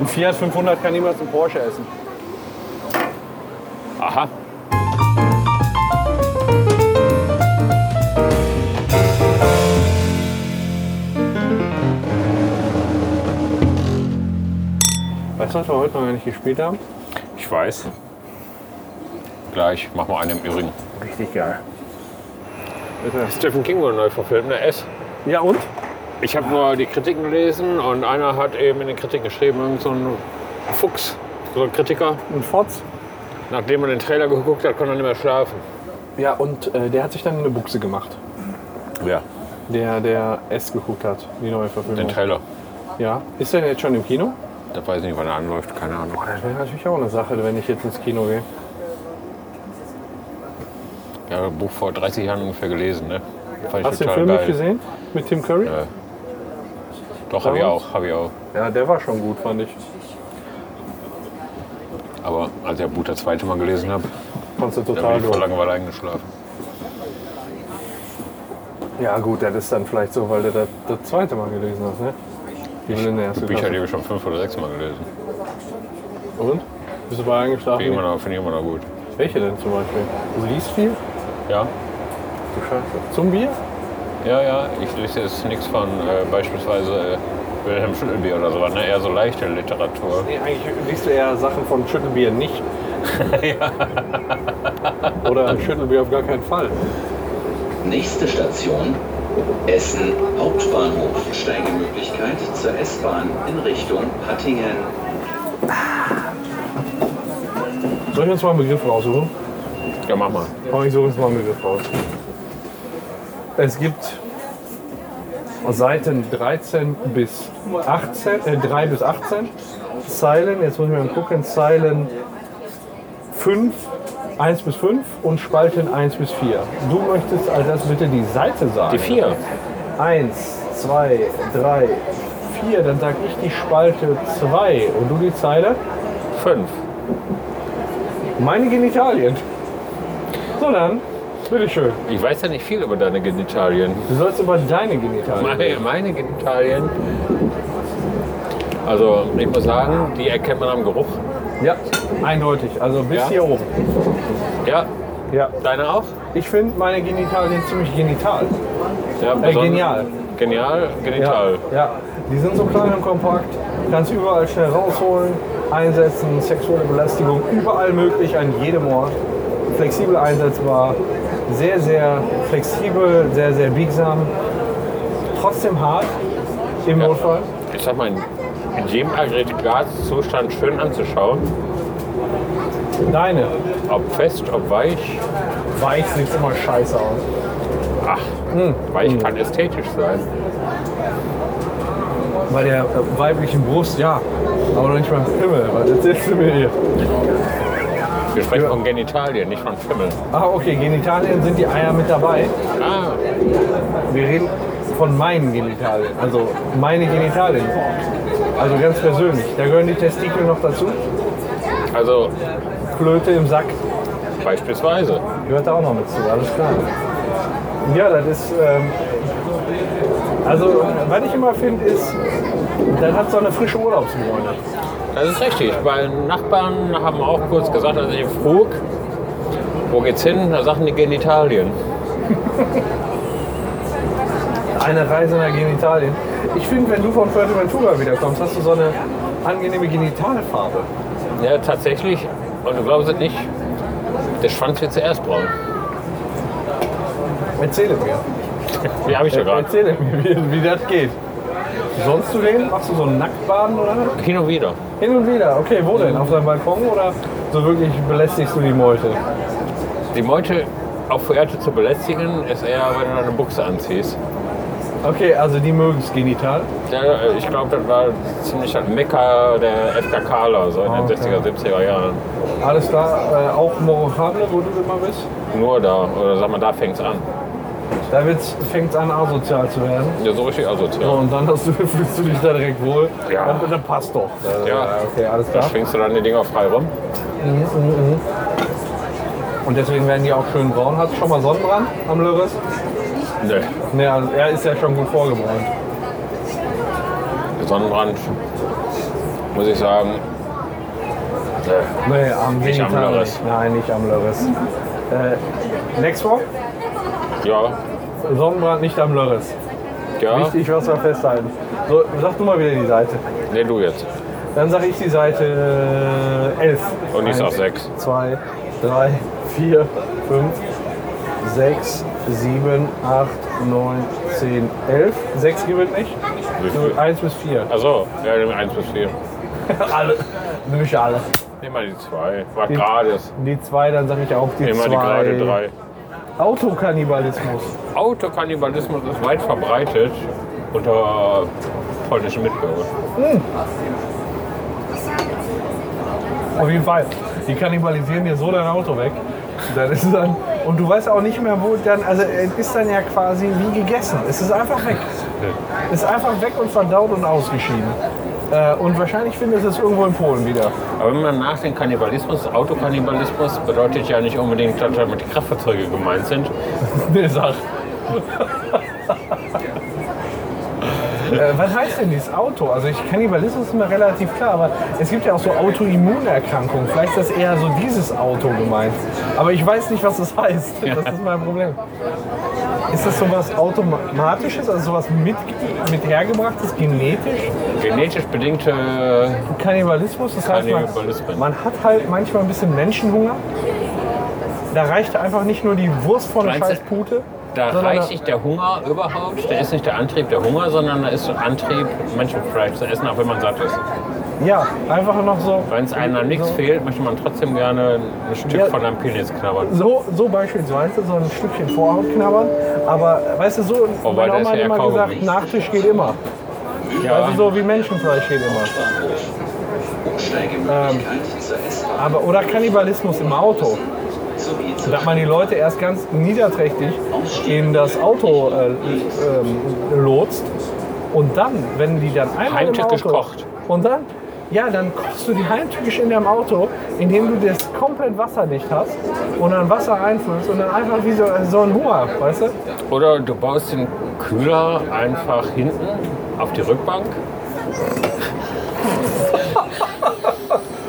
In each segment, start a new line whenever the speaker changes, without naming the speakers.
Ein Fiat 500 kann niemals ein Porsche essen.
Aha.
Weißt du, was wir heute noch gar nicht gespielt haben?
Ich weiß. Gleich, mach mal eine im Übrigen.
Richtig geil.
Stephen King wurde neu verfilmt, ne? S.
Ja und?
Ich habe nur die Kritiken gelesen und einer hat eben in den Kritiken geschrieben, irgend so ein Fuchs, so ein Kritiker.
Ein Fotz?
Nachdem er den Trailer geguckt hat, konnte er nicht mehr schlafen.
Ja, und äh, der hat sich dann eine Buchse gemacht.
Ja,
Der, der S geguckt hat, die neue
den
Verfilmung.
Trailer.
Ja. Ist der denn jetzt schon im Kino?
Da weiß ich nicht, wann er anläuft, keine Ahnung.
Das wäre natürlich auch eine Sache, wenn ich jetzt ins Kino gehe.
Ja, Buch vor 30 Jahren ungefähr gelesen, ne? Fand ich
Hast du den
total
Film
geil.
nicht gesehen? Mit Tim Curry?
Ja. Doch, habe ich
Damals?
auch, habe ich auch.
Ja, der war schon gut, fand ich.
Aber als ich das Buch das zweite Mal gelesen habe,
Fandst du
da bin
total
ich vor
gut.
Langeweile eingeschlafen.
Ja gut, das ist dann vielleicht so, weil du das, das zweite Mal gelesen hast, ne? Die Willen der erste
Die Bücher
Klasse.
die habe ich schon fünf oder sechs Mal gelesen.
Und? Bist du bei
Finde ich immer
eingeschlafen?
noch, finde ich immer noch gut.
Welche denn zum Beispiel? Du liest viel?
Ja,
Du Scheiße. Zum Bier?
ja, ja. Ich lese jetzt nichts von äh, beispielsweise äh, Wilhelm Schüttelbier oder sowas, ne? Eher so leichte Literatur.
Nee, eigentlich liest du eher Sachen von Schüttelbier nicht. Oder Schüttelbier auf gar keinen Fall.
Nächste Station Essen Hauptbahnhof. Steigemöglichkeit zur S-Bahn in Richtung Hattingen.
Soll ich uns mal einen Begriff raussuchen?
Ja, mach mal.
Komm, ich suche uns mal einen Begriff raus. Es gibt Seiten 13 bis 18, äh, 3 bis 18. Zeilen, jetzt muss ich mal gucken, Zeilen 5, 1 bis 5 und Spalten 1 bis 4. Du möchtest als erstes bitte die Seite sagen.
Die vier.
Eins, zwei, drei, vier. Dann sag ich die Spalte zwei und du die Zeile.
Fünf.
Meine Genitalien. So dann, bitteschön.
Ich weiß ja nicht viel über deine Genitalien.
Du sollst über deine Genitalien.
Meine, meine Genitalien. Also, ich muss sagen, die erkennt man am Geruch.
Ja, eindeutig. Also bis
Ja.
hier oben.
Ja,
Ja.
deine auch?
Ich finde meine Genitalien ziemlich genital.
Ja,
Äh,
beson-
genial.
Genial, genital.
Ja. ja. Die sind so klein und kompakt. Kannst überall schnell rausholen, einsetzen, sexuelle Belästigung, überall möglich, an jedem Ort. Flexibel einsetzbar, sehr, sehr flexibel, sehr, sehr biegsam. Trotzdem hart im Notfall.
Ich sag mal, in jedem Aggregatzustand schön anzuschauen.
Deine.
Ob fest, ob weich.
Weich sieht immer scheiße aus.
Ach,
Hm.
weich kann ästhetisch sein.
Bei der äh, weiblichen Brust, ja. Aber noch nicht beim Pimmel, was erzählst du mir hier?
Wir sprechen von Genitalien, nicht von Pimmel.
Ah, okay, Genitalien sind die Eier mit dabei.
Ah,
Wir reden von meinen Genitalien, also meine Genitalien. Also ganz persönlich. Da gehören die Testikel noch dazu.
also
Flöte im Sack
beispielsweise.
gehört da auch noch mit zu, alles klar. Ja, das ist. Ähm, also, was ich immer finde, ist, das hat so eine frische Urlaubsbräune.
Das ist richtig, weil Nachbarn haben auch kurz gesagt, als ich frug, wo geht's hin? Da sagten die Genitalien.
Eine Reise nach Genitalien. Ich finde, wenn du von Fuerteventura wiederkommst, hast du so eine angenehme Genitalfarbe.
Ja, tatsächlich. Und du glaubst es nicht, der Schwanz wird zuerst braun.
Erzähle mir.
Wie habe ich ja gerade.
Erzähle mir, wie, wie das geht. Sonst zu dem? Machst du so einen Nacktbaden oder was?
Hin und wieder.
Hin und wieder. Okay, wo denn? Auf deinem Balkon oder so wirklich belästigst du die Meute?
Die Meute auf Fuerte zu belästigen, ist eher, wenn du eine Buchse anziehst.
Okay, also die mögen es genital.
Ja, ich glaube, das war ziemlich das Mekka der FKKler, so in den 60er, 70er Jahren.
Alles klar, äh, auch Morochable, wo du immer bist.
Nur da, oder sag mal, da fängt's an.
Da fängt es an, asozial zu werden.
Ja, so richtig asozial.
Und dann hast du, fühlst du dich da direkt wohl.
Ja.
Dann, dann passt doch. Äh,
Ja.
Okay, alles
Da
klar.
schwingst du dann die Dinger frei rum.
Und deswegen werden die auch schön braun. Hast du schon mal Sonnenbrand am Lörres?
Nee.
Ne, also er ist ja schon gut vorgebrannt.
Sonnenbrand muss ich sagen. Äh,
Nee, am
Nicht am
Gegenteil.
Lörres.
Nein, nicht am Lörres. Äh, next one,
Ja,
Sonnenbrand nicht am Lörres.
ja.
Wichtig, was wir festhalten. So, sag du mal wieder die Seite.
Nee, du jetzt.
Dann sage ich die Seite äh, 11.
Und ich sag
Eins,
sechs.
zwei, drei, vier, fünf, sechs, sieben, acht, neun, zehn, elf. Sechs gibt es nicht.
Wie viel?
Nur eins bis vier.
Achso, ja, nimm 1 bis 4.
alle. Nimm ich alle.
Nimm mal die 2. War
Die-
gerade.
Die zwei, dann sage ich auch die
Nimm mal die
zwei.
gerade 3.
Autokannibalismus.
Autokannibalismus ist weit verbreitet unter polnischen Mitbürgern.
Auf jeden Fall. Die kannibalisieren dir so dein Auto weg. Dann ist es dann, und du weißt auch nicht mehr, wo dann. Also, es ist dann ja quasi wie gegessen. Es ist einfach weg. Es ist einfach weg und verdaut und ausgeschieden. Äh, und wahrscheinlich findest du es irgendwo in Polen wieder.
Aber wenn man nachdenkt, Kannibalismus, Autokannibalismus bedeutet ja nicht unbedingt, dass damit die Kraftfahrzeuge gemeint sind.
Nee, sag. äh, was heißt denn dieses Auto? Also, ich, Kannibalismus ist mir relativ klar, aber es gibt ja auch so Autoimmunerkrankungen. Vielleicht ist das eher so dieses Auto gemeint. Aber ich weiß nicht, was das heißt. Das ist mein Problem. Ist das sowas Automatisches, also sowas mit, mit hergebrachtes, genetisch?
Genetisch bedingte
Kannibalismus, das heißt, man,
Kannibalismus.
man hat halt manchmal ein bisschen Menschenhunger. Da reicht einfach nicht nur die Wurst von der
Meinst du,
Scheißpute.
Da
sondern
reicht nicht der Hunger überhaupt. Da ist nicht der Antrieb der Hunger, sondern da ist so Antrieb, Menschen vielleicht zu essen, auch wenn man satt ist.
Ja, einfach noch so.
Wenn es einem an nichts
so,
fehlt, möchte man trotzdem gerne ein Stück
Ja.
von einem Penis knabbern.
So, so beispielsweise so ein Stückchen Vorhaut knabbern. Aber weißt du, so meine
Wobei, Oh, da ist
Oma hat
ja
immer
Kaugummi.
gesagt, Nachtisch geht immer.
Ja,
Also so wie Menschenfleisch geht immer.
Bahnhof. Umsteigemöglichkeit zur S-Bahn.
Aber oder Kannibalismus im Auto.
Sowie zur
Dass man die Leute erst ganz niederträchtig in das Auto äh, ähm, lotst. Und dann, wenn die dann einmal
Heimtückisch
im Auto,
kocht.
Und dann, ja, dann kochst du die heimtückisch in deinem Auto, indem du das komplett wasserdicht hast und dann Wasser einfüllst und dann einfach wie so, äh, so ein Hunger, weißt du?
Oder du baust den Kühler einfach hinten auf die Rückbank,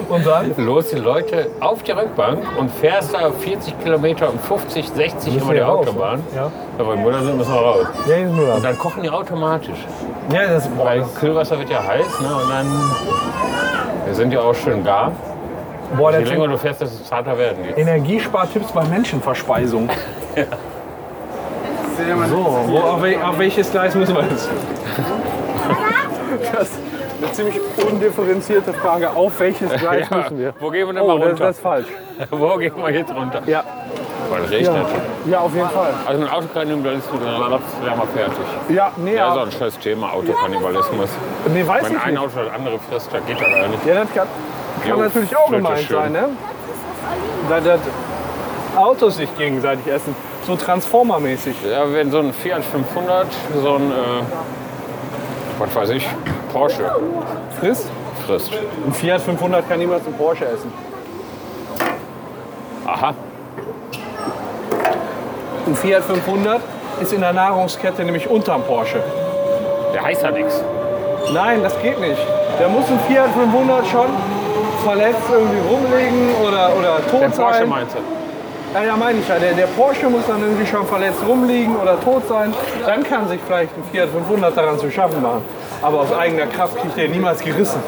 Und dann
los die Leute auf die Rückbank und fährst da 40 Kilometer und 50, 60
Müssen
über
wir
die
raus, ne?
Autobahn.
ja.
Aber im Mutter sind müssen wir raus.
James Müller.
Und dann kochen die automatisch.
Ja, das, boah,
Weil
das,
Kühlwasser wird ja heiß ne? und dann sind die auch schön gar.
boah,
Je
der
länger
Typ.
du fährst, desto zarter werden die.
Energiespartipps bei Menschenverspeisung. So, wo, auf, wel- auf welches Gleis müssen wir jetzt? Das ist eine ziemlich undifferenzierte Frage. Auf welches Gleis
Ja,
müssen wir?
wo gehen wir denn
oh,
mal
Das,
runter?
das ist falsch.
Wo gehen wir jetzt runter?
Ja.
Weil es regnet.
Ja. ja, auf jeden Fall.
Also ein Autokannibalismus, dann wäre mal fertig.
Ja, nee,
Ja, ist auch
ja,
ein scheiß Thema, Autokannibalismus.
nee weiß
Wenn
ich
ein
nicht.
Auto das andere frisst, dann geht das gar nicht.
Ja, das kann,
Jo,
kann natürlich auch
Flöte
gemeint
schön.
sein, ne? Da, da, Autos sich gegenseitig essen. So Transformer-mäßig.
Ja, wenn so ein Fiat 500, so ein, äh, was weiß ich, Porsche
Frisst?
frisst.
Ein Fiat 500 kann niemals einen Porsche essen.
Aha,
Ein Fiat 500 ist in der Nahrungskette nämlich unterm Porsche.
der heißt ja nichts.
Nein, das geht nicht. Da muss ein Fiat 500 schon verletzt irgendwie rumlegen oder, oder tot
Der Porsche
sein.
meinst du?
ja, ja, meine ich ja. Der, der Porsche muss dann irgendwie schon verletzt rumliegen oder tot sein. Dann kann sich vielleicht ein Fiat 500 daran zu schaffen machen. Aber aus eigener Kraft kriegt der niemals gerissen.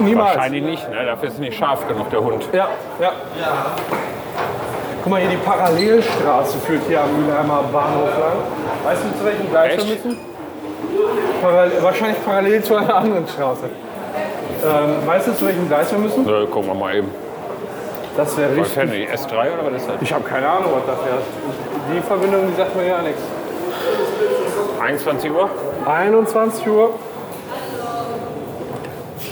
niemals.
Wahrscheinlich nicht, ne? dafür ist nicht scharf genug, der Hund.
Ja, ja. Guck mal hier, die Parallelstraße führt hier am Mülheimer Bahnhof lang. Weißt du, zu welchem Gleis wir
Echt?
müssen? Parallel, wahrscheinlich parallel zu einer anderen Straße. Ähm, weißt du, zu welchem Gleis wir müssen?
So, gucken wir mal eben.
Das wäre
Was ist
richtig.
denn die S3 oder was ist das?
Ich habe keine Ahnung, was das wäre. Die Verbindung, die sagt mir ja nichts.
21 Uhr?
21 Uhr.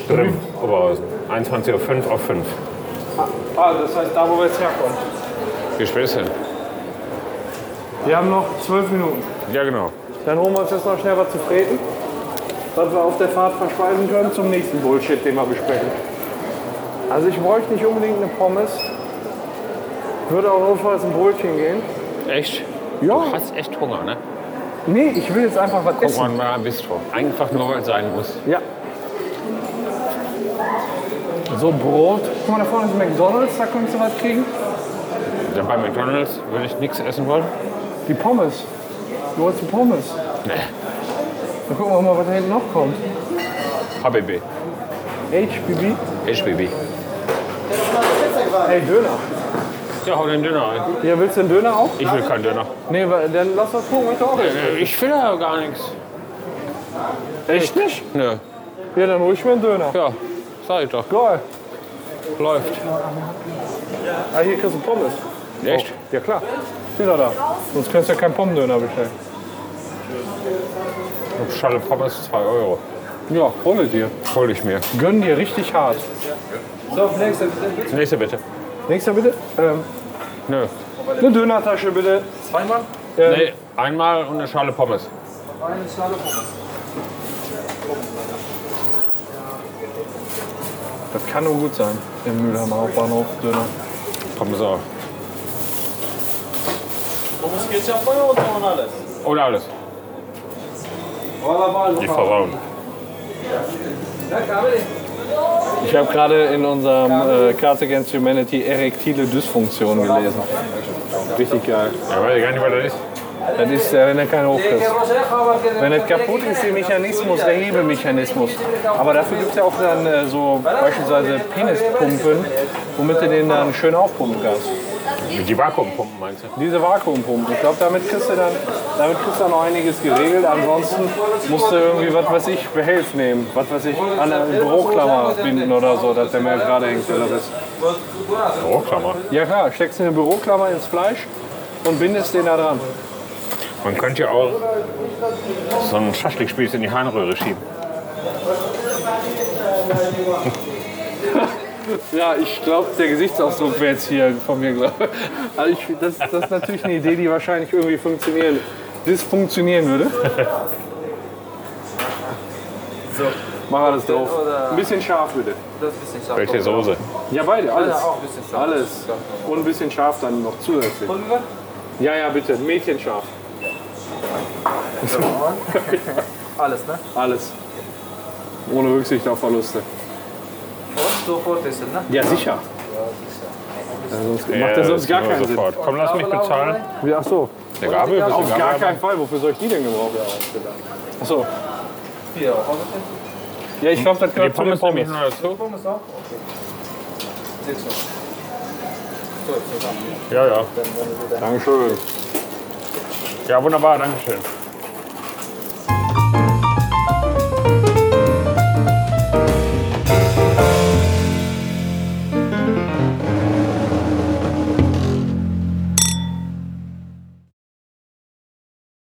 Drin. Aber 21.05 Uhr auf 5.
Ah, das heißt da, wo wir jetzt herkommen.
Wie spät ist denn?
Wir haben noch 12 Minuten.
Ja, genau.
Dann holen wir uns jetzt noch schnell was zu freten, was wir auf der Fahrt verspeisen können zum nächsten Bullshit, den wir besprechen. Also ich bräuchte nicht unbedingt eine Pommes. Würde auch notfalls ein Brötchen gehen.
Echt? Du
Ja.
hast echt Hunger, ne?
Nee, ich will jetzt einfach was
Guck
essen.
mal mal ein Bistro. Einfach nur, weil es sein muss.
Ja.
So Brot.
Guck mal, da vorne ist McDonalds, da könntest du was kriegen.
Ja, bei McDonalds würde ich nichts essen wollen.
Die Pommes. Du holst die Pommes.
Nee.
Dann gucken wir mal, was da hinten noch kommt.
HBB.
HBB.
HBB.
Ey, Döner.
Ja, hau den Döner rein.
Ja, willst du den Döner auch?
Ich will keinen Döner.
Nee, wa- dann lass uns gucken, was da auch ist.
Äh, Ich will ja gar nichts. Echt nicht? Nö.
Ja, dann hol ich mir einen Döner.
Ja, sag ich doch.
Geil.
Läuft.
Ah, hier kriegst du Pommes. Oh,
Echt?
Ja, klar. Steht doch da. Sonst könntest du ja keinen Pommdöner bestellen.
Oh, Schale Pommes 2 Euro.
Ja, hol dir.
Hol ich mir.
Gönn dir richtig hart. So, nächste.
Das nächste bitte.
Nächster bitte. Ähm,
Nö.
eine Dönertasche bitte.
Zweimal?
Ähm,
Nee, einmal und eine Schale Pommes.
Das kann nur gut sein. Im Mülheimer Hauptbahnhof Döner.
Pommes auch.
Pommes Ketchup oder ohne alles?
Oder alles. Die Verwahrung.
Ich habe gerade in unserem äh, Cards Against Humanity erektile Dysfunktion gelesen. Richtig geil.
Ja, weiß ich gar nicht, was das ist.
Das ist, äh, wenn er keinen hochkriegst. Wenn das kaputt ist, der Mechanismus, der Hebemechanismus. Aber dafür gibt es ja auch dann äh, so beispielsweise Penispumpen, womit du den dann schön aufpumpen kannst.
Mit die Vakuumpumpen meinst du?
Diese Vakuumpumpen. Ich glaube, damit kriegst du dann damit kriegst du dann noch einiges geregelt. Ansonsten musst du irgendwie, was weiß ich, Behelf nehmen. Was weiß ich, an eine Büroklammer binden oder so, dass der mir gerade hängt oder was.
Rohklammer.
Ja klar, steckst du eine Büroklammer ins Fleisch und bindest den da dran.
Man könnte ja auch so einen Schaschlikspieß in die Harnröhre schieben.
Ja, ich glaube, der Gesichtsausdruck wäre jetzt hier von mir, glaube also ich. Das, das ist natürlich eine Idee, die wahrscheinlich irgendwie funktionieren, dysfunktionieren würde. So, mach alles drauf. Ein bisschen scharf bitte.
Das ist nicht scharf.
Welche Soße?
Ja, beide, alles.
Ja, auch ein bisschen scharf.
Alles. Und ein bisschen scharf dann noch zusätzlich.
Wollen wir?
Ja, ja, bitte. Mädchen scharf.
Alles, ne?
Alles. Ohne Rücksicht auf Verluste.
Und sofort essen, ne?
Ja, sicher. Ja, sonst macht das sonst gar
nur
keinen
sofort. Komm, lass mich bezahlen.
Sinn. Ja, Ach so.
Eine Gabel? Willst du
Auf
Gabel
gar
haben?
keinen Fall. Wofür soll ich die denn gebrauchen? Ach so.
Vier.
Ja, ich glaube, das
Die
gehört zu den
Pommes nehme ich
Pommes.
nur dazu.
Pommes auch? Okay. Sechs Uhr. So, zusammen.
Ja, ja.
Dankeschön.
Ja, wunderbar, danke schön.